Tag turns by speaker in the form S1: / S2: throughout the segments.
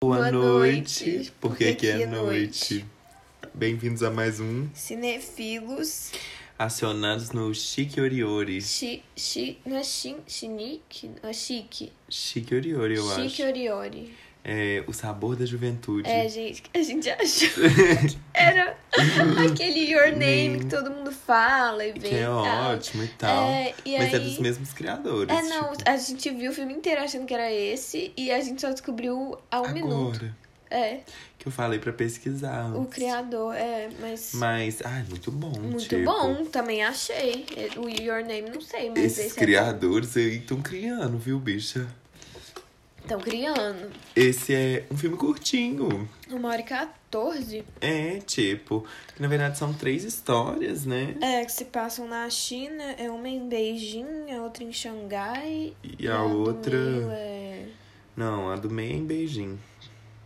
S1: Boa noite. Porque aqui é noite. noite.
S2: Bem-vindos a mais um
S1: Cinefilos.
S2: Acionados no Chique Oriori.
S1: Chi, chi, não é chin, chinique? Não, É chique.
S2: Chique Oriori, eu
S1: chique
S2: acho.
S1: Oriori.
S2: É, o sabor da juventude.
S1: É, gente, que a gente achou que era aquele your name que todo mundo fala e vê.
S2: que
S1: e
S2: é
S1: tal.
S2: ótimo e tal.
S1: É, e
S2: Mas
S1: aí...
S2: é dos mesmos criadores.
S1: É, não,
S2: tipo,
S1: a gente viu o filme inteiro achando que era esse e a gente só descobriu há um
S2: agora
S1: minuto. É,
S2: que eu falei pra pesquisar.
S1: o
S2: antes.
S1: criador, é, mas.
S2: Mas, ai, muito bom.
S1: Muito
S2: tipo,
S1: bom, também achei. O Your Name não sei, mas
S2: Esses
S1: esse é
S2: criadores aí estão criando, viu, bicha?
S1: Estão criando.
S2: Esse é um filme curtinho.
S1: Uma hora e 14.
S2: É, tipo, que na verdade são três histórias, né?
S1: É, que se passam na China, é uma em Beijing, a outra em Xangai.
S2: E a
S1: do
S2: outra.
S1: meio é-
S2: Não, a do meio é em Beijing.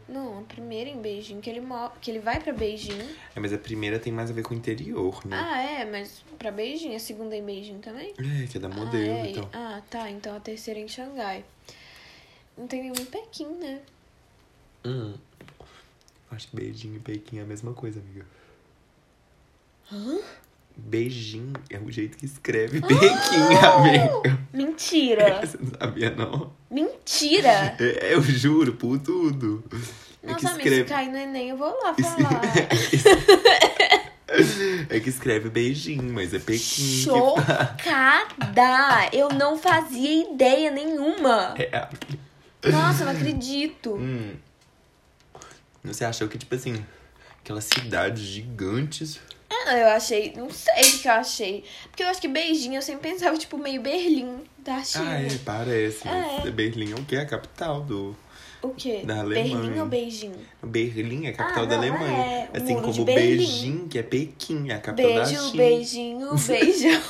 S1: Não, a primeira em Beijing, que ele, mo... que ele vai pra Beijing.
S2: É, mas a primeira tem mais a ver com o interior, né?
S1: Ah, é, mas pra Beijing, a segunda em Beijing também?
S2: É, que é da modelo,
S1: ah, é, e-
S2: então.
S1: Ah, tá, então a terceira é em Xangai. Não tem nenhum em Pequim, né?
S2: Hum. Acho que Beijing e Pequim é a mesma coisa, amiga.
S1: Hã? Ah!
S2: Beijing é o jeito que escreve Pequim, amiga.
S1: Mentira!
S2: Você não sabia, não?
S1: Mentira!
S2: É, eu juro, por tudo. É que
S1: Nossa, amiga, se
S2: escreve.
S1: cair no Enem, eu vou lá falar.
S2: É que escreve Beijing, mas é Pequim. que
S1: Chocada! Eu não fazia ideia nenhuma.
S2: É,
S1: Nossa, eu não acredito.
S2: Hum. Você achou que, tipo assim, aquelas cidades gigantes.
S1: Ah, eu achei, não sei o que eu achei. Porque eu acho que beijinho, eu sempre pensava, tipo, meio Berlim Tá da China.
S2: Ah, é, parece. Mas
S1: É.
S2: Berlim é o quê? A capital do.
S1: O quê?
S2: Da Alemanha.
S1: Berlim ou beijinho?
S2: Berlim é a capital
S1: Ah,
S2: da
S1: não,
S2: Alemanha.
S1: é. O
S2: Assim
S1: Muro de
S2: como
S1: Berlim.
S2: Beijing, que é Pequim, é a capital da
S1: Beijo,
S2: China.
S1: beijinho, beijão.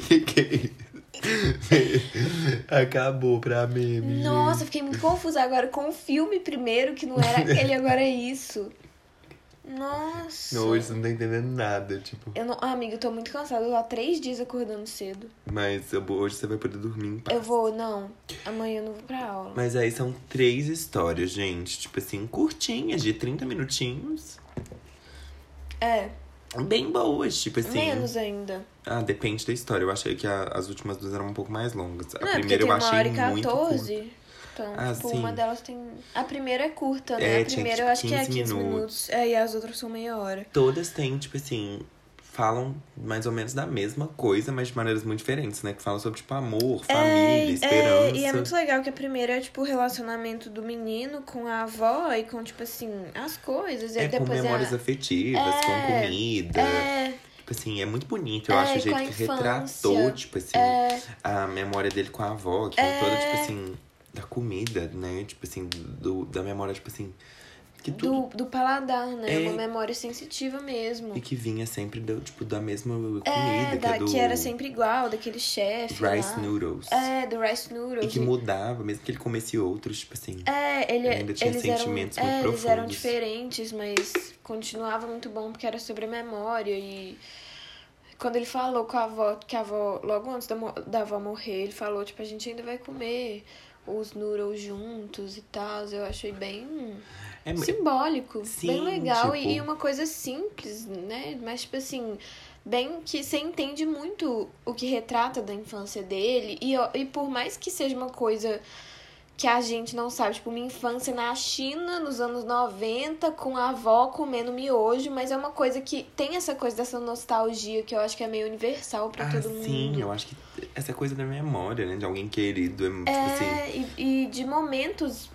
S2: que que é isso? Acabou pra meme.
S1: Nossa, eu fiquei muito confusa agora com o filme primeiro, que não era aquele, agora é isso. Nossa.
S2: Não, hoje você não tá entendendo nada, tipo.
S1: Eu não... Ah, amiga, eu tô muito cansada. Eu tô há três dias acordando cedo.
S2: Mas eu vou- hoje você vai poder dormir em paz.
S1: Eu vou, não. Amanhã eu não vou pra aula.
S2: Mas aí são três histórias, gente. Tipo assim, curtinhas, de 30 minutinhos.
S1: É,
S2: Bem boas, tipo assim.
S1: menos ainda.
S2: Ah, depende da história. Eu achei que a- as últimas duas eram um pouco mais longas. A
S1: não, é porque
S2: primeira
S1: tem
S2: eu
S1: uma
S2: achei
S1: hora e
S2: muito curta.
S1: 14. Então,
S2: Ah,
S1: tipo,
S2: sim.
S1: uma delas tem. A primeira é curta,
S2: É, tinha
S1: né? a
S2: que,
S1: primeira
S2: tipo,
S1: eu acho que é
S2: 15
S1: 15 minutos.
S2: minutos.
S1: É, e as outras são meia hora.
S2: Todas têm, tipo assim, falam mais ou menos da mesma coisa, mas de maneiras muito diferentes, né? Que falam sobre, tipo, amor, família,
S1: é,
S2: esperança.
S1: é, e é muito legal que a primeira é, tipo, o relacionamento do menino com a avó e com, tipo assim, as coisas. E
S2: É
S1: aí
S2: com
S1: depois
S2: memórias
S1: é.
S2: afetivas, com
S1: É,
S2: comida.
S1: a- É,
S2: Tipo assim, é muito bonito. Eu
S1: É,
S2: acho o
S1: e com
S2: jeito
S1: a
S2: que
S1: infância.
S2: retratou, tipo assim,
S1: é.
S2: a memória dele com a avó, que é
S1: É.
S2: toda, tipo assim, da comida, né? Tipo assim, do, da memória, tipo assim. Que tudo
S1: Do, do paladar, né?
S2: É.
S1: Uma memória sensitiva mesmo.
S2: E que vinha sempre do, tipo, da mesma comida,
S1: É,
S2: que é
S1: da,
S2: do
S1: que era sempre igual, daquele chefe.
S2: rice
S1: lá.
S2: noodles.
S1: É, do Rice Noodles.
S2: E que mudava, mesmo que ele comesse outros, tipo assim.
S1: É, ele,
S2: Ainda tinha
S1: eles
S2: sentimentos
S1: eram,
S2: muito
S1: é,
S2: profundos.
S1: Eles eram diferentes, mas continuava muito bom porque era sobre a memória e quando ele falou com a avó, que a avó, logo antes da, mo- da avó morrer, ele falou, tipo, a gente ainda vai comer os noodles juntos e tal. Eu achei bem
S2: É, mu-
S1: simbólico,
S2: Sim,
S1: bem legal e-
S2: tipo-
S1: e uma coisa simples, né? Mas, tipo assim, bem que você entende muito o que retrata da infância dele. E, ó, e por mais que seja uma coisa que a gente não sabe, tipo, minha infância na China, nos anos 90, com a avó comendo miojo, mas é uma coisa que tem essa coisa dessa nostalgia que eu acho que é meio universal pra
S2: ah,
S1: todo
S2: sim,
S1: mundo.
S2: eu acho que essa coisa da memória, né? De alguém querido, é, tipo assim.
S1: É, e, e de momentos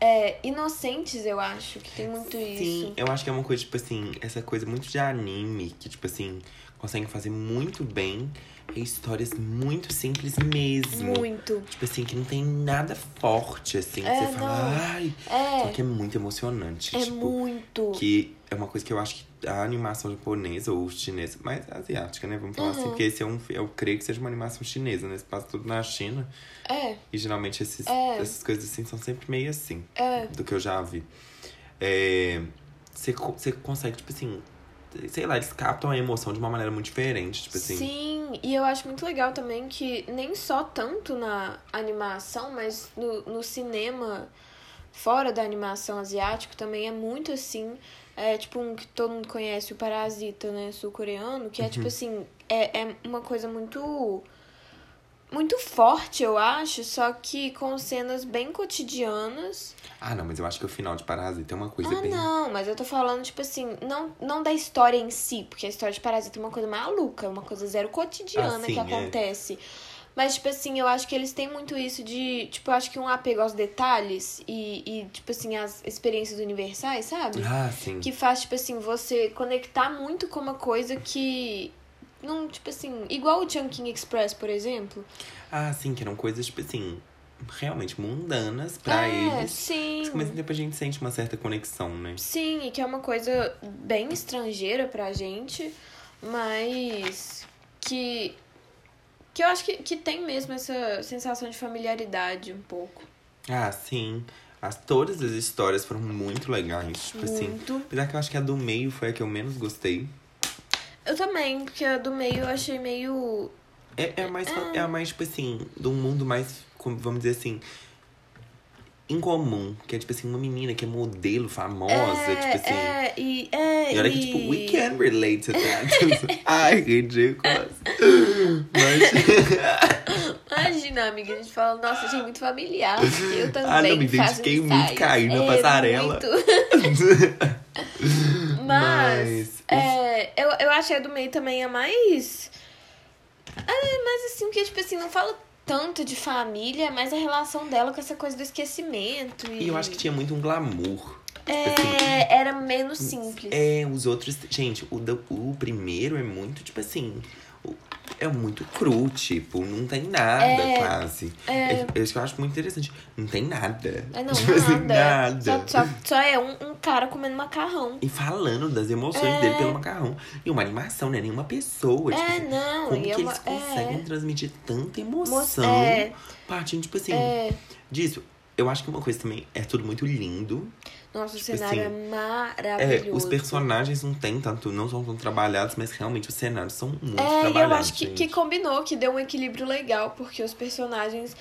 S1: é, inocentes, eu acho, que tem muito isso.
S2: Sim, eu acho que é uma coisa, tipo assim, essa coisa muito de anime, que, tipo assim, consegue fazer muito bem. É histórias muito simples mesmo.
S1: Muito.
S2: Tipo assim, que não tem nada forte, assim. que
S1: É,
S2: você fala,
S1: não.
S2: ai. Só
S1: É,
S2: que é muito emocionante.
S1: é
S2: tipo,
S1: muito.
S2: Que é uma coisa que eu acho que a animação japonesa ou chinesa, mas asiática, né? Vamos falar assim,
S1: Uhum.
S2: porque esse é um. Eu creio que seja uma animação chinesa, né? Se passa tudo na China.
S1: É,
S2: E geralmente esses,
S1: É.
S2: essas coisas assim são sempre meio assim,
S1: é.
S2: do que eu já vi. É, Você co- você consegue, tipo assim. Sei lá, eles captam a emoção de uma maneira muito diferente, tipo assim.
S1: Sim, e eu acho muito legal também que nem só tanto na animação, mas no, no cinema fora da animação asiática também é muito assim. É tipo um que todo mundo conhece, o Parasita, né? Sul-coreano, que é
S2: Uhum.
S1: tipo assim. É, é uma coisa muito. Muito forte, eu acho, só que com cenas bem cotidianas.
S2: Ah, não, mas eu acho que o final de Parasita é uma coisa
S1: Ah,
S2: bem.
S1: não, mas eu tô falando, tipo assim, não, não da história em si, porque a história de Parasita é uma coisa maluca, é uma coisa zero cotidiana
S2: Ah, sim,
S1: que
S2: é.
S1: acontece. Mas, tipo assim, eu acho que eles têm muito isso de, tipo, eu acho que um apego aos detalhes e, e tipo assim, as experiências universais, sabe?
S2: Ah, sim.
S1: Que faz, tipo assim, você conectar muito com uma coisa que. Não, tipo assim, igual o Chunking Express, por exemplo.
S2: Ah, sim, que eram coisas, tipo assim, realmente mundanas pra
S1: é,
S2: eles.
S1: sim.
S2: Mas ao mesmo tempo a gente sente uma certa conexão, né?
S1: Sim, e que é uma coisa bem estrangeira pra gente, mas que. que eu acho que, que tem mesmo essa sensação de familiaridade um pouco.
S2: Ah, sim. As, todas as histórias foram muito legais. Tipo assim.
S1: Muito.
S2: Apesar que eu acho que a do meio foi a que eu menos gostei.
S1: Eu também, porque a do meio eu achei meio.
S2: É, é, a mais, é a mais, tipo assim, de um mundo mais, como vamos dizer assim, incomum. Que é, tipo assim, uma menina que é modelo famosa,
S1: é,
S2: tipo assim.
S1: é, e. É,
S2: E olha que, tipo, we can relate to that. Ai, ridículas. Mas.
S1: Imagina, amiga, a gente fala, nossa, achei muito familiar. Eu também.
S2: Ah, não, me
S1: faço
S2: identifiquei
S1: ensaios.
S2: muito caindo na
S1: É,
S2: passarela.
S1: muito. Mas,
S2: Mas-
S1: é, eu, eu achei a do meio também a mais. É, mas assim, que tipo assim, não fala tanto de família, mas a relação dela com essa coisa do esquecimento. E,
S2: e eu acho que tinha muito um glamour.
S1: É, era menos simples.
S2: É, os outros. Gente, o, da- o primeiro é muito, tipo assim. o- É muito cru, tipo, não tem nada
S1: É.
S2: quase. É. é isso que eu acho muito interessante. Não tem nada.
S1: É, não,
S2: Tipo assim,
S1: nada.
S2: nada.
S1: Só, só, só é um, um cara comendo macarrão.
S2: E falando das emoções dele pelo macarrão. E uma animação, né? Nenhuma pessoa. tipo
S1: É,
S2: assim,
S1: não.
S2: como
S1: e
S2: que
S1: é uma,
S2: eles conseguem
S1: é,
S2: transmitir tanta
S1: mo-
S2: emoção?
S1: é,
S2: Partindo, tipo assim,
S1: é.
S2: disso. Eu acho que uma coisa também é tudo muito lindo.
S1: Nossa, o
S2: Tipo
S1: cenário
S2: assim,
S1: é
S2: É,
S1: maravilhoso.
S2: os personagens não tem tanto, não são tão trabalhados, mas realmente os cenários são muito
S1: É, e eu
S2: trabalhados.
S1: acho que,
S2: gente.
S1: que combinou, que deu um equilíbrio legal, porque os personagens.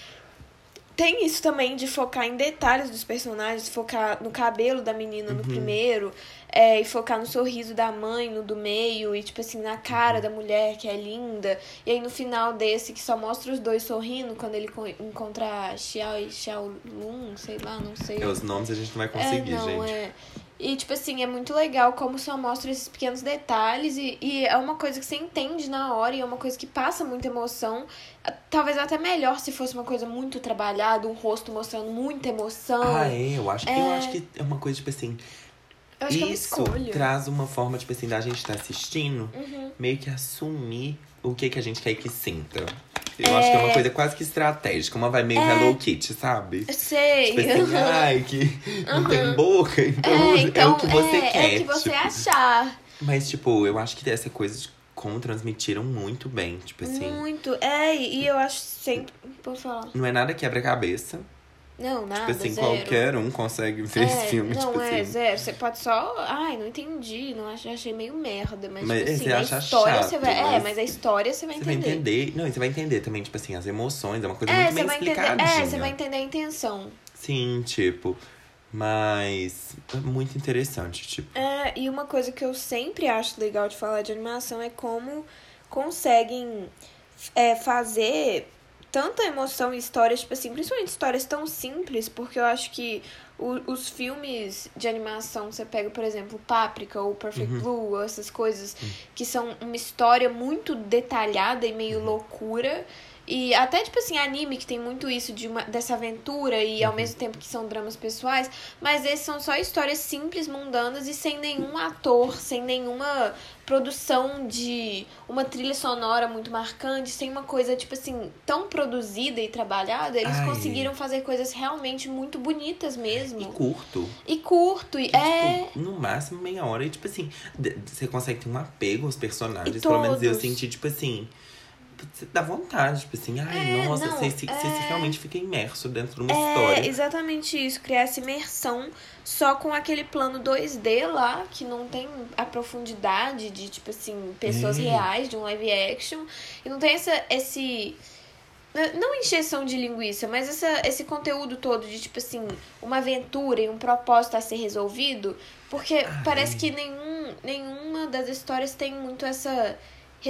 S1: Tem isso também de focar em detalhes dos personagens, focar no cabelo da menina
S2: Uhum.
S1: no primeiro, é, e focar no sorriso da mãe, no do meio, e tipo assim, na
S2: Uhum.
S1: cara da mulher que é linda. E aí no final desse, que só mostra os dois sorrindo quando ele co- encontra a Xiao e Xiao Lun, sei lá, não sei.
S2: É, os nomes a gente não vai conseguir,
S1: É, não,
S2: gente.
S1: é. E, tipo assim, é muito legal como só mostra esses pequenos detalhes e, e é uma coisa que você entende na hora e é uma coisa que passa muita emoção. Talvez até melhor se fosse uma coisa muito trabalhada, um rosto mostrando muita emoção.
S2: Ah, é, eu acho, eu
S1: É.
S2: acho que é uma coisa, tipo assim.
S1: Eu acho que é uma
S2: isso
S1: escolha.
S2: traz uma forma, tipo assim, da gente estar assistindo,
S1: Uhum.
S2: meio que assumir o que, que a gente quer que sinta. Eu acho que é uma coisa quase que estratégica. Uma vai meio
S1: É.
S2: Hello Kitty, sabe?
S1: Eu sei.
S2: Tipo assim, ai, que não tem boca, então
S1: É,
S2: é,
S1: então
S2: o que você
S1: é,
S2: quer.
S1: é o que você
S2: tipo.
S1: achar.
S2: Mas, tipo, eu acho que essa coisa de como transmitiram muito bem, tipo assim.
S1: Muito. É, e eu acho sempre. Pode falar.
S2: Não é nada quebra-cabeça.
S1: Não, nada.
S2: Tipo assim,
S1: zero.
S2: qualquer um consegue ver esse
S1: É,
S2: filme,
S1: não
S2: tipo
S1: é
S2: assim.
S1: zero. Você pode só. Ai, não entendi. Não achei, achei meio merda. Mas,
S2: Mas é,
S1: tipo assim,
S2: você
S1: a
S2: acha
S1: história
S2: chato,
S1: você vai. É,
S2: mas-
S1: mas a história você vai
S2: Você vai
S1: entender.
S2: entender. Não, e você vai entender também, tipo assim, as emoções. É uma coisa
S1: É,
S2: muito
S1: você
S2: bem assim,
S1: vai entender.
S2: explicadinha.
S1: É, você vai entender a intenção.
S2: Sim, tipo. Mas é muito interessante, tipo.
S1: É, e uma coisa que eu sempre acho legal de falar de animação é como conseguem é, fazer tanta emoção e histórias, tipo assim, principalmente histórias tão simples, porque eu acho que o- os filmes de animação, você pega, por exemplo, Páprica ou Perfect Blue, essas coisas, que são uma história muito detalhada e meio loucura. E até, tipo assim, anime, que tem muito isso de uma, dessa aventura e
S2: Uhum.
S1: ao mesmo tempo que são dramas pessoais, mas esses são só histórias simples, mundanas e sem nenhum ator, sem nenhuma produção de uma trilha sonora muito marcante, sem uma coisa, tipo assim, tão produzida e trabalhada, eles
S2: Ai.
S1: conseguiram fazer coisas realmente muito bonitas
S2: E
S1: mesmo.
S2: curto.
S1: E curto, e é.
S2: Tipo, no máximo meia hora. E, tipo assim, d- você consegue ter um apego aos personagens.
S1: E
S2: Pelo menos eu
S1: todos.
S2: senti, tipo assim. Você dá vontade, tipo assim, ai,
S1: É,
S2: nossa,
S1: não,
S2: você, se-
S1: é.
S2: você se realmente fica imerso dentro de uma
S1: É
S2: história.
S1: exatamente isso, criar essa imersão só com aquele plano 2D lá, que não tem a profundidade de, tipo assim, pessoas
S2: É.
S1: reais, de um live action. E não tem essa, esse. Não encheção de linguiça, mas essa, esse conteúdo todo de, tipo assim, uma aventura e um propósito a ser resolvido. Porque
S2: Ai.
S1: parece que nenhum, nenhuma das histórias tem muito essa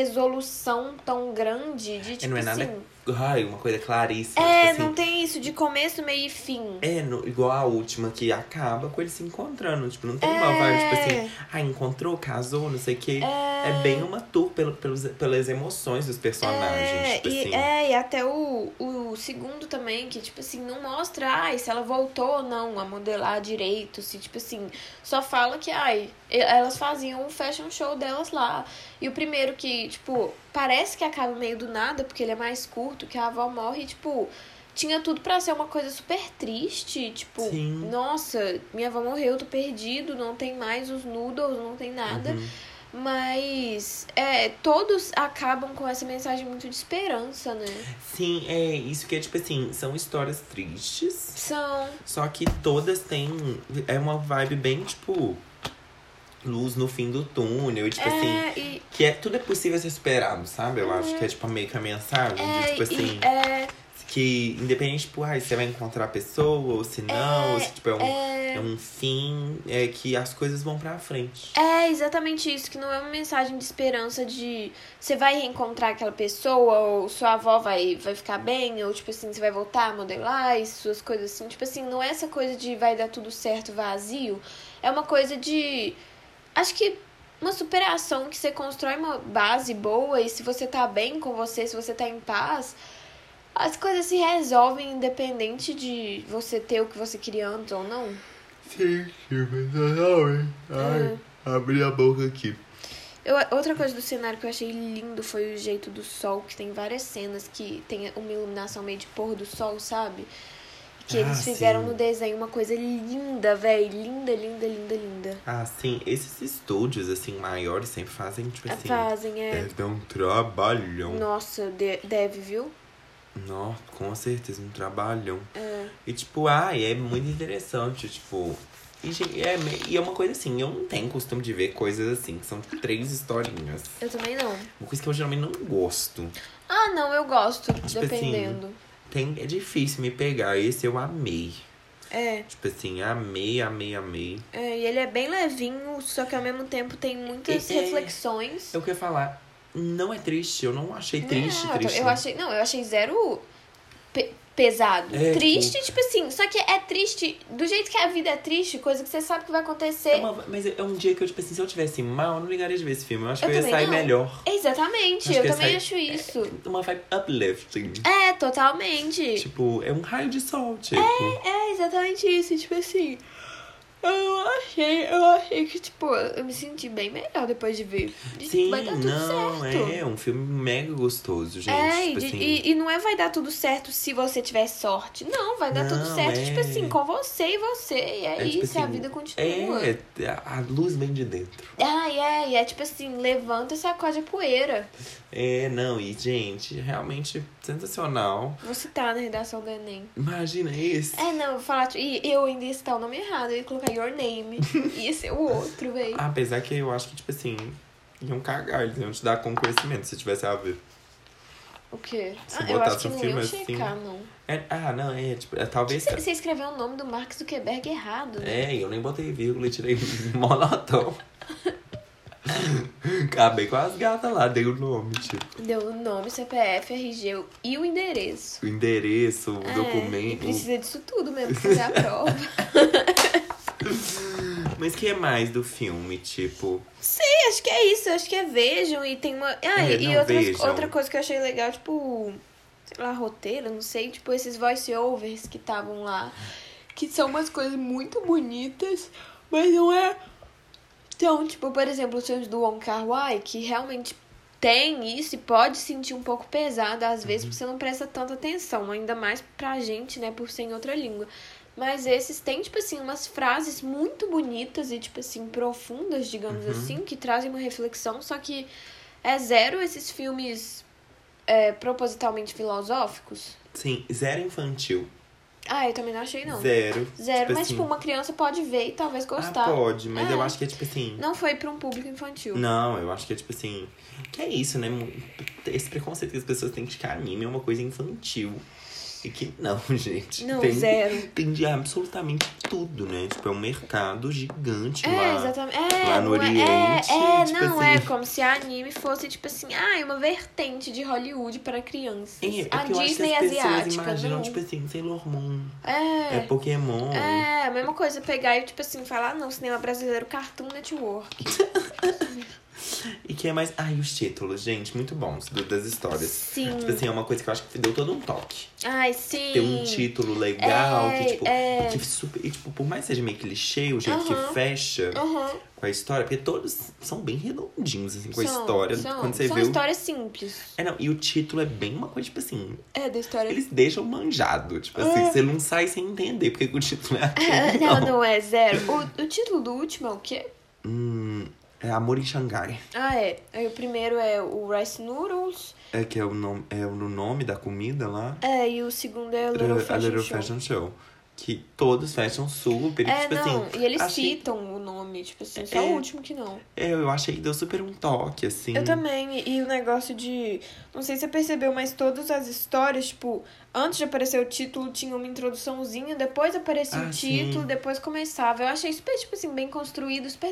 S1: resolução tão grande de, tipo
S2: não é
S1: assim...
S2: nada Ai, uma coisa claríssima.
S1: É,
S2: tipo assim,
S1: não tem isso de começo, meio e fim.
S2: É, no- igual a última que acaba com eles se encontrando. Tipo,
S1: É.
S2: não tem uma vibe, tipo assim, ah, encontrou, casou, não sei o quê. É, bem uma tour pelo, pelos, pelas emoções dos personagens.
S1: É,
S2: tipo
S1: e,
S2: assim.
S1: é, e até o, o segundo também, que, tipo assim, não mostra, ai, se ela voltou ou não a modelar direito, se, tipo assim, só fala que, ai, e- elas faziam um fashion show delas lá. E o primeiro que, tipo, parece que acaba meio do nada, porque ele é mais curto, que a avó morre, e, tipo, tinha tudo pra ser uma coisa super triste, tipo,
S2: Sim.
S1: nossa, minha avó morreu, tô perdido, não tem mais os noodles, não tem nada.
S2: Uhum.
S1: Mas é, todos acabam com essa mensagem muito de esperança, né?
S2: Sim, é isso que é tipo assim, são histórias tristes.
S1: São.
S2: Só que todas têm. É uma vibe bem, tipo. Luz no fim do túnel. E, tipo assim.
S1: é, e,
S2: Que é, tudo é possível ser superado, sabe? Eu acho que é tipo meio que a mensagem. de,
S1: Uhum. é,
S2: tipo
S1: e-
S2: assim.
S1: é,
S2: Que independente, tipo, ai, você vai encontrar a pessoa, ou se não, ou se tipo, é um,
S1: é,
S2: é um fim, é que as coisas vão pra frente.
S1: é exatamente isso, que não é uma mensagem de esperança de você vai reencontrar aquela pessoa, ou sua avó vai, vai ficar bem, ou tipo assim, você vai voltar a modelar e suas coisas assim. Tipo assim, não é essa coisa de vai dar tudo certo vazio. É uma coisa de. Acho que uma superação que você constrói uma base boa e se você tá bem com você, se você tá em paz, as coisas se resolvem independente de você ter o que você queria antes ou não.
S2: Sim, sim,
S1: Ai,
S2: abri a boca aqui.
S1: Eu, outra coisa do cenário que eu achei lindo foi o jeito do sol, que tem várias cenas que tem uma iluminação meio de pôr do sol, sabe? Que
S2: Ah,
S1: eles fizeram
S2: sim.
S1: no desenho uma coisa linda, véi. Linda, linda, linda, linda.
S2: Ah, sim, esses estúdios, assim, maiores sempre fazem, tipo assim.
S1: Fazem, é.
S2: Deve dar um trabalhão.
S1: Nossa, de- deve, viu?
S2: Nossa, com certeza, um trabalhão.
S1: É.
S2: E tipo, ai, é muito interessante, tipo. E, gen- é, me- e é uma coisa assim, eu não tenho costume de ver coisas assim, que são três historinhas.
S1: Eu também não.
S2: Uma coisa que eu geralmente não gosto.
S1: Ah, não, eu gosto,
S2: Tipo
S1: dependendo.
S2: Tem, é difícil me pegar, esse eu amei.
S1: É,
S2: Tipo assim, amei, amei, amei.
S1: é, e ele é bem levinho, só que ao mesmo tempo tem muitas
S2: É.
S1: reflexões.
S2: Eu queria falar, não é triste, eu não achei triste,
S1: não, eu tô-
S2: triste. né?
S1: Eu achei, não, eu achei zero pe- pesado.
S2: É,
S1: triste, tipo assim, só que é triste do jeito que a vida é triste, coisa que você sabe que vai acontecer.
S2: É uma- mas é um dia que eu, tipo assim, se eu tivesse mal, eu não ligaria de ver esse filme. Eu acho
S1: Eu
S2: que eu ia
S1: também
S2: sair
S1: não.
S2: melhor.
S1: Exatamente,
S2: Acho
S1: eu
S2: que
S1: também
S2: essa é-
S1: acho isso.
S2: Uma vibe uplifting.
S1: É, totalmente.
S2: Tipo, é um raio de sol, tipo.
S1: É exatamente isso, tipo assim. Eu achei, eu achei que, tipo, eu me senti bem melhor depois de ver. De- tipo,
S2: Sim,
S1: vai dar tudo
S2: não,
S1: certo.
S2: é um filme mega gostoso, gente.
S1: é, e,
S2: tipo
S1: de-
S2: assim,
S1: e, e não é vai dar tudo certo se você tiver sorte. Não, vai dar tudo
S2: Não,
S1: certo,
S2: é.
S1: tipo assim, com você e você. E é,
S2: É, tipo
S1: isso, e a
S2: assim,
S1: vida continua.
S2: é, a luz vem de dentro.
S1: Ah, é, e é tipo assim, levanta e sacode a poeira.
S2: É, não, e gente, realmente sensacional.
S1: Vou citar na redação do Enem.
S2: Imagina esse.
S1: É, não, vou falar, tipo, e eu ainda ia citar o nome errado, eu ia colocar your name. ia ser o outro, véi.
S2: Apesar que eu acho que, tipo assim, iam cagar, eles iam te dar como conhecimento se tivesse a ver.
S1: O quê?
S2: Se
S1: Ah, eu acho que
S2: botasse um
S1: não iam
S2: filme
S1: checar, não.
S2: É, ah, não, é, tipo, é, talvez.
S1: Você você escreveu o nome do Mark Zuckerberg errado, né?
S2: É, eu nem botei vírgula e tirei monotão. Acabei com as gatas lá, dei o nome, tipo.
S1: Deu o nome, CPF, RG e o endereço.
S2: O endereço, o
S1: É, E
S2: documento, o
S1: precisa disso tudo mesmo pra fazer a prova.
S2: Mas que é mais do filme, tipo.
S1: Sei, acho que é isso. Acho que é vejam e tem uma. Ah,
S2: É,
S1: e
S2: não,
S1: outras-
S2: vejam.
S1: outra coisa que eu achei legal, tipo, sei lá, roteiro, não sei, tipo, esses voice-overs que estavam lá. Que são umas coisas muito bonitas, mas não é. Então, tipo, por exemplo, os filmes do Wong Kar Wai, que realmente tem isso e pode sentir um pouco pesado às vezes,
S2: Uhum.
S1: porque você não presta tanta atenção, ainda mais pra gente, né, por ser em outra língua. Mas esses têm, tipo assim, umas frases muito bonitas e, tipo assim, profundas, digamos
S2: Uhum.
S1: assim, que trazem uma reflexão, só que é zero esses filmes é, propositalmente filosóficos.
S2: Sim, zero infantil.
S1: Ah, eu também não achei, não.
S2: Zero.
S1: Zero,
S2: Tipo
S1: mas
S2: assim,
S1: tipo, uma criança pode ver e talvez gostar.
S2: Ah, pode, mas
S1: É.
S2: eu acho que é tipo assim.
S1: Não foi pra um público infantil.
S2: Não, eu acho que é tipo assim. Que é isso, né? Mu- Esse preconceito que as pessoas têm de que anime é uma coisa infantil. E que não, gente.
S1: Não,
S2: tem,
S1: zero.
S2: Tem de absolutamente tudo, né? Tipo, é um mercado gigante lá.
S1: É, exatamente. É,
S2: lá no
S1: não é-
S2: Oriente,
S1: É, é
S2: tipo
S1: não
S2: assim.
S1: é como se a anime fosse, tipo assim, ah, é uma vertente de Hollywood para crianças.
S2: É, é
S1: a
S2: que eu acho que
S1: Disney
S2: as pessoas
S1: asiática.
S2: imaginam,
S1: Não.
S2: tipo assim, Sailor Moon, é,
S1: é.
S2: Pokémon.
S1: É, a mesma coisa, pegar e, tipo assim, falar, "Ah, não, cinema brasileiro, Cartoon Network.
S2: E que é mais. Ai, os títulos, gente, muito bons do- das histórias.
S1: Sim.
S2: Tipo assim, é uma coisa que eu acho que deu todo um toque.
S1: Ai, sim.
S2: Ter um título legal,
S1: É,
S2: que tipo.
S1: é.
S2: Que super, e, tipo, por mais que seja meio clichê, o jeito
S1: Aham.
S2: que fecha
S1: Aham.
S2: com a história, porque todos são bem redondinhos, assim, com a
S1: São-
S2: história.
S1: São,
S2: quando você
S1: são
S2: vê o.
S1: histórias simples.
S2: É, não, e o título é bem uma coisa, tipo assim.
S1: É, da história.
S2: Eles deixam manjado. Tipo assim, você não sai sem entender porque que o título é
S1: Ah,
S2: aquele.
S1: não,
S2: não.
S1: não é zero. O, o título do último é o quê?
S2: Hum, é Amor em Xangai.
S1: Ah, é. Aí o primeiro é o Rice Noodles.
S2: É que é o nome, é o nome da comida lá.
S1: É, e o segundo é o Little
S2: A
S1: Fashion
S2: Little
S1: Show.
S2: Fashion Show. Que todos fecham super.
S1: É,
S2: tipo
S1: não.
S2: assim.
S1: e eles
S2: achei-
S1: citam o nome, tipo assim, só
S2: É.
S1: o último que não.
S2: é, Eu achei que deu super um toque, assim.
S1: Eu também, e e o negócio de. Não sei se você percebeu, mas todas as histórias, tipo, antes de aparecer o título, tinha uma introduçãozinha, depois aparecia
S2: Ah,
S1: o título,
S2: sim.
S1: depois começava. Eu achei super, tipo assim, bem construído, super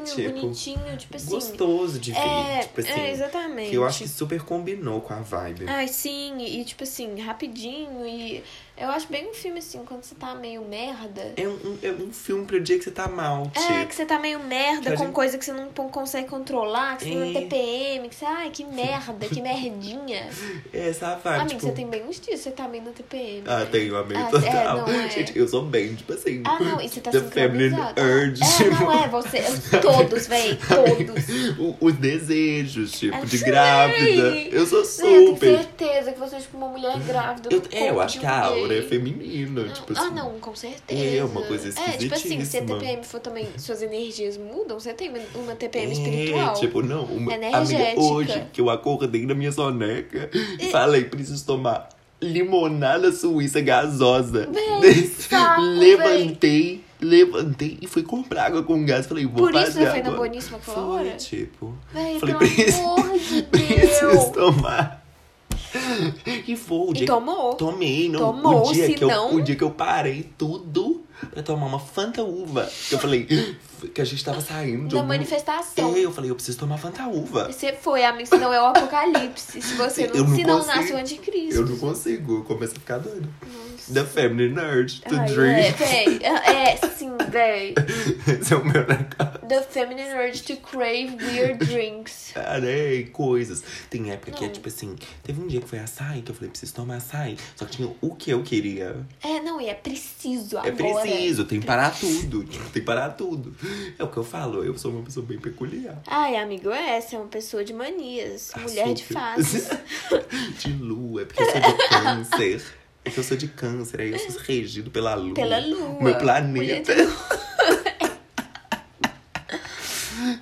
S2: É, tipo,
S1: bonitinho, tipo assim.
S2: Gostoso de ver.
S1: é,
S2: tipo assim.
S1: é, exatamente. É.
S2: que eu acho que super combinou com a vibe.
S1: Ai, sim, e e, tipo assim, rapidinho, e eu acho bem um filme assim, quando você tá meio merda.
S2: É, um, é um filme pro dia que você tá mal, tipo.
S1: É, que você tá meio merda
S2: Que a
S1: com
S2: gente-
S1: coisa que você não pon- consegue controlar, que você tem
S2: É.
S1: TPM, que você, ai, que merda, que merdinha.
S2: É, essa vibe.
S1: Amigo,
S2: tipo...
S1: você tem bem uns dias, você tá meio na TPM.
S2: Ah,
S1: né?
S2: tenho amigo
S1: Ah, é,
S2: total.
S1: não, é.
S2: Gente, eu sou bem, tipo assim.
S1: Ah, não, e você tá
S2: The Feminine
S1: sincronizado.
S2: Urge.
S1: É,
S2: tipo,
S1: não é, você. Todos, véi, todos.
S2: o- os desejos, tipo,
S1: Eu
S2: de
S1: sei.
S2: grávida. Eu sou
S1: Não, eu tenho
S2: super.
S1: certeza que você é tipo uma mulher grávida.
S2: Eu,
S1: no
S2: é, eu
S1: corpo
S2: acho
S1: de
S2: que
S1: um
S2: a
S1: gay.
S2: aura é feminina, tipo assim.
S1: ah, não, com certeza.
S2: É, uma coisa
S1: É, tipo assim, se a
S2: esquisitíssima.
S1: TPM for também, suas energias mudam, você tem uma TPM
S2: É,
S1: espiritual. É
S2: tipo, não, uma
S1: Energética.
S2: amiga hoje que eu acordei na minha soneca e falei, preciso tomar limonada suíça gasosa.
S1: Véi,
S2: Desci,
S1: saco,
S2: levantei, levantei e fui comprar água com gás. Falei, vou
S1: Por isso
S2: fazer
S1: você foi na
S2: água.
S1: boníssima aquela
S2: Foi,
S1: hora?
S2: tipo,
S1: Véi,
S2: Falei,
S1: pelo
S2: preciso-
S1: amor de
S2: preciso
S1: Deus.
S2: tomar. E foi o dia
S1: E
S2: que-
S1: tomou.
S2: Tomei, não.
S1: Tomou,
S2: o dia
S1: se
S2: que eu,
S1: não-
S2: O dia que eu parei tudo pra tomar uma Fanta Uva. Que eu falei, que a gente tava saindo. de
S1: Na
S2: um-
S1: manifestação.
S2: É, eu falei, eu preciso tomar Fanta Uva.
S1: Você foi, amigo, senão é o apocalipse. Se você não,
S2: Eu não
S1: se não
S2: consigo.
S1: nasce o anticristo.
S2: Eu não consigo, eu começo a ficar doido.
S1: Nossa.
S2: The Family Nerd, to
S1: Ai, É,
S2: Dream.
S1: véi, é, é, sim, véi.
S2: Esse é o meu negócio.
S1: The feminine urge to crave weird drinks.
S2: Arei, né? coisas. Tem época que é
S1: Não.
S2: tipo assim. Teve um dia que foi açaí, que eu falei, preciso tomar açaí. Só que tinha o que eu queria.
S1: É, não, e é preciso
S2: É
S1: agora. né?
S2: preciso, tem que parar tudo. tipo, Tem que parar tudo. É o que eu falo, eu sou uma pessoa bem peculiar.
S1: Ai, amigo, essa é uma pessoa de manias. Mulher de fases.
S2: Ah, de lua, é porque eu sou de câncer. É que eu sou de câncer, aí eu sou regido pela lua.
S1: Pela lua.
S2: Meu
S1: Mulher
S2: planeta.
S1: de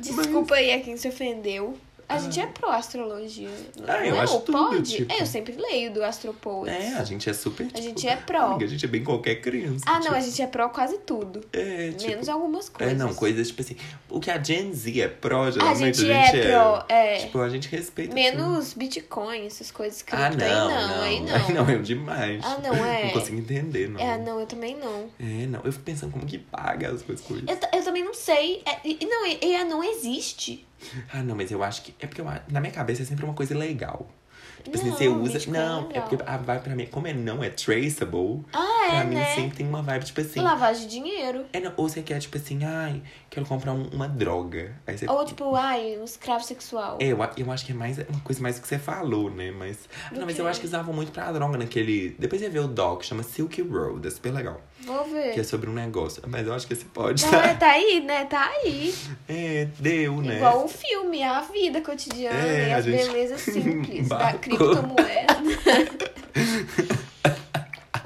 S1: Desculpa aí a quem se ofendeu. A gente é pro astrologia.
S2: Ah, eu
S1: não,
S2: acho tudo,
S1: pode?
S2: tipo.
S1: É, eu sempre leio do Astropoets.
S2: É, a gente é super.
S1: A
S2: tipo,
S1: gente é pró.
S2: amiga, A gente é bem qualquer criança.
S1: Ah, não, a
S2: tipo,
S1: gente é pró quase tudo.
S2: é. tipo,
S1: Menos algumas
S2: É,
S1: coisas.
S2: não, coisas tipo assim. O que a Gen Z é pró,
S1: A
S2: geralmente
S1: gente é pró, é.
S2: Tipo, a gente respeita. tudo.
S1: Menos Bitcoin, essas coisas que
S2: Ah,
S1: eu-
S2: não, não.
S1: aí não.
S2: Aí não, eu demais.
S1: Ah, não, é.
S2: Não consigo entender, não.
S1: É, não, eu também não.
S2: É, não. Eu fico pensando como que paga as coisas.
S1: Eu, ta- eu também não sei. É, e, e não, e, e não existe.
S2: Ah, não, mas eu acho que. É porque eu a- na minha cabeça é sempre uma coisa legal. Tipo assim,
S1: Não,
S2: você usa.
S1: Bitcoin
S2: não,
S1: é
S2: é porque a vibe pra mim, como é não é traceable,
S1: Ah,
S2: pra
S1: é,
S2: mim
S1: né?
S2: sempre tem uma vibe, tipo assim.
S1: Lavagem de dinheiro.
S2: É, não, ou você quer, tipo assim, ai, quero comprar um- uma droga. Aí você.
S1: Ou tipo, ai, um escravo sexual.
S2: É, eu, a- eu acho que é mais uma coisa mais que você falou, né? Mas. Ah,
S1: Do
S2: não, mas
S1: que?
S2: eu acho que usavam muito pra droga naquele. Depois você vê o doc, chama Silk Road, é super legal.
S1: Vou
S2: Que é
S1: ver.
S2: sobre um negócio. Mas eu acho que você pode.
S1: Não, é, tá aí, né? Tá aí.
S2: É, deu, né?
S1: Igual um filme, a vida cotidiana
S2: É,
S1: e
S2: a
S1: as
S2: gente-
S1: belezas simples da
S2: Barco.
S1: criptomoeda.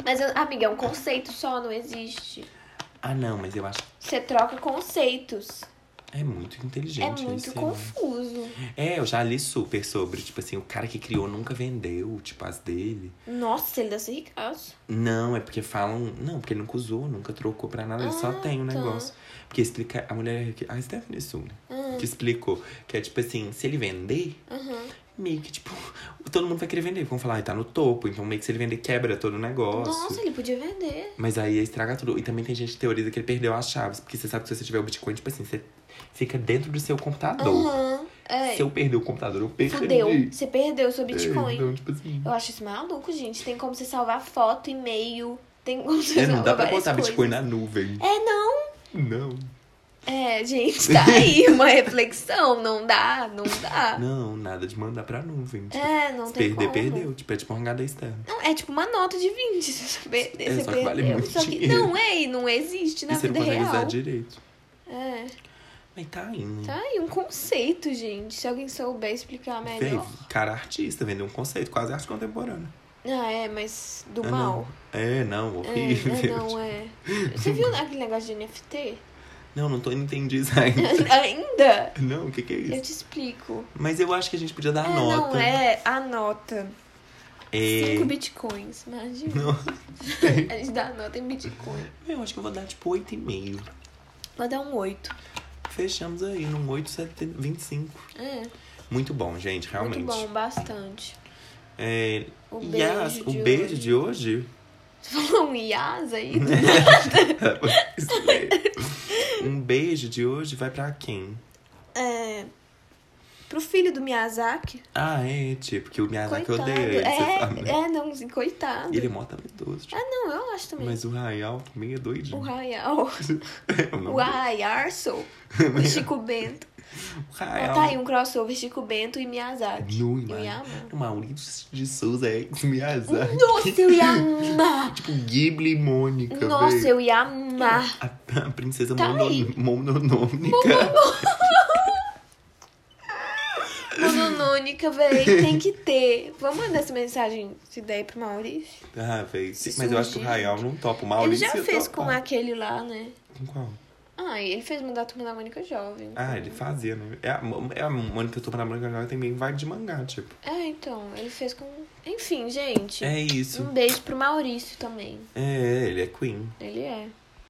S1: Mas, eu- amiga, é um conceito só, não existe.
S2: Ah, não, mas eu acho.
S1: Você troca conceitos.
S2: É muito inteligente
S1: é muito
S2: isso.
S1: confuso.
S2: É, eu já li super sobre, tipo assim, o cara que criou nunca vendeu, tipo, as dele.
S1: Nossa, ele deve ser ricaço.
S2: Não, é porque falam. Não, porque ele nunca usou, nunca trocou pra nada, ele só
S1: Ah,
S2: tem o
S1: tá.
S2: negócio. Porque explica. A mulher. que- A Stephanie Sun,
S1: Hum,
S2: que explicou. Que é tipo assim, se ele vender,
S1: aham.
S2: meio que, tipo, todo mundo vai querer vender. Vão falar, ah, tá no topo. Então meio que se ele vender, quebra todo o negócio.
S1: Nossa, ele podia vender.
S2: Mas aí ia estragar tudo. E também tem gente que teoriza que ele perdeu as chaves. Porque você sabe que se você tiver o Bitcoin, tipo assim, você fica dentro do seu computador.
S1: Aham. É.
S2: Se eu perder o computador, eu perdi.
S1: Fudeu. Você perdeu seu Bitcoin.
S2: Então, tipo assim.
S1: Eu acho isso maluco, gente. Tem como você salvar foto, e-mail. Tem como você
S2: É, não
S1: salvar
S2: dá pra
S1: várias
S2: botar
S1: coisas.
S2: Bitcoin na nuvem.
S1: É, não.
S2: Não.
S1: É, gente, tá aí uma reflexão. Não dá, não dá.
S2: Não, nada de mandar pra nuvem. Tipo,
S1: Ah. É, não
S2: se
S1: tem
S2: perder,
S1: como.
S2: perdeu. Tipo, é tipo um HD externo.
S1: Não, é tipo uma nota de 20. Se você perder,
S2: É,
S1: você
S2: só que
S1: perdeu.
S2: vale muito
S1: só que
S2: dinheiro.
S1: não é, e não existe na
S2: e você não
S1: vida
S2: pode analisar
S1: real.
S2: direito.
S1: É.
S2: Mas tá indo.
S1: Tá aí um conceito, gente. Se alguém souber explicar
S2: Véi,
S1: melhor.
S2: cara artista, vendeu um conceito, quase arte contemporânea.
S1: Ah, é, mas do
S2: Ah,
S1: mal.
S2: Não. É, não,
S1: É,
S2: horrível.
S1: é, não, é. Você viu aquele negócio de NFT?
S2: Não, não tô não entendi isso ainda.
S1: Ainda?
S2: não, o que, que é
S1: Eu
S2: isso?
S1: te explico.
S2: Mas eu acho que a gente podia dar
S1: é,
S2: nota.
S1: não, é a nota.
S2: É.
S1: 5 bitcoins, imagina.
S2: Não.
S1: A gente dá a nota em bitcoin.
S2: Eu acho que eu vou dar tipo 8,5.
S1: Vai dar um 8.
S2: Fechamos aí num 8,25.
S1: É,
S2: Muito bom, gente, realmente.
S1: muito bom, bastante.
S2: É,
S1: O
S2: e
S1: beijo
S2: as-
S1: de
S2: o beijo
S1: hoje.
S2: de hoje Né?
S1: Você falou um Yas aí?
S2: um beijo de hoje vai pra quem?
S1: é, pro filho do Miyazaki.
S2: Ah, é, tipo, que o Miyazaki
S1: Coitado.
S2: odeia ele, você sabe,
S1: é,
S2: né?
S1: é, não, assim, coitado.
S2: Ele é mó talentoso, tipo,
S1: Ah, não, eu acho também.
S2: mas o Rayal também é
S1: O
S2: doidinho.
S1: Rayal.
S2: É o nome
S1: O Ayarso. O Chico Bento.
S2: dele. O
S1: Ah,
S2: Rayal.
S1: tá aí um crossover Chico Bento e Miyazaki.
S2: Nu,
S1: eu ia
S2: mano.
S1: amar.
S2: O Maurício de Souza é ex Miyazaki.
S1: Nossa, eu ia amar!
S2: Tipo, Ghibli e Mônica,
S1: Nossa,
S2: velho.
S1: eu ia amar!
S2: A, a princesa
S1: Tá
S2: mono-
S1: aí.
S2: mononômica.
S1: Mononônica, velho, tem que ter. Vamos mandar essa mensagem, se der, pro Maurício?
S2: Ah, velho. Mas eu acho que o
S1: Surgiu.
S2: Rayal não topa. O
S1: Ele
S2: Maurício
S1: já fez com
S2: a...
S1: aquele lá, né?
S2: Com qual?
S1: Ah, e ele fez mudar a turma da Mônica Jovem.
S2: Ah, ele fazia, né? É a, é a Mônica Turma da Mônica Jovem também vai de mangá, tipo.
S1: É, então, ele fez com. Enfim, gente.
S2: É isso.
S1: Hum. Um beijo pro Maurício também.
S2: É, ele é Queen.
S1: Ele é.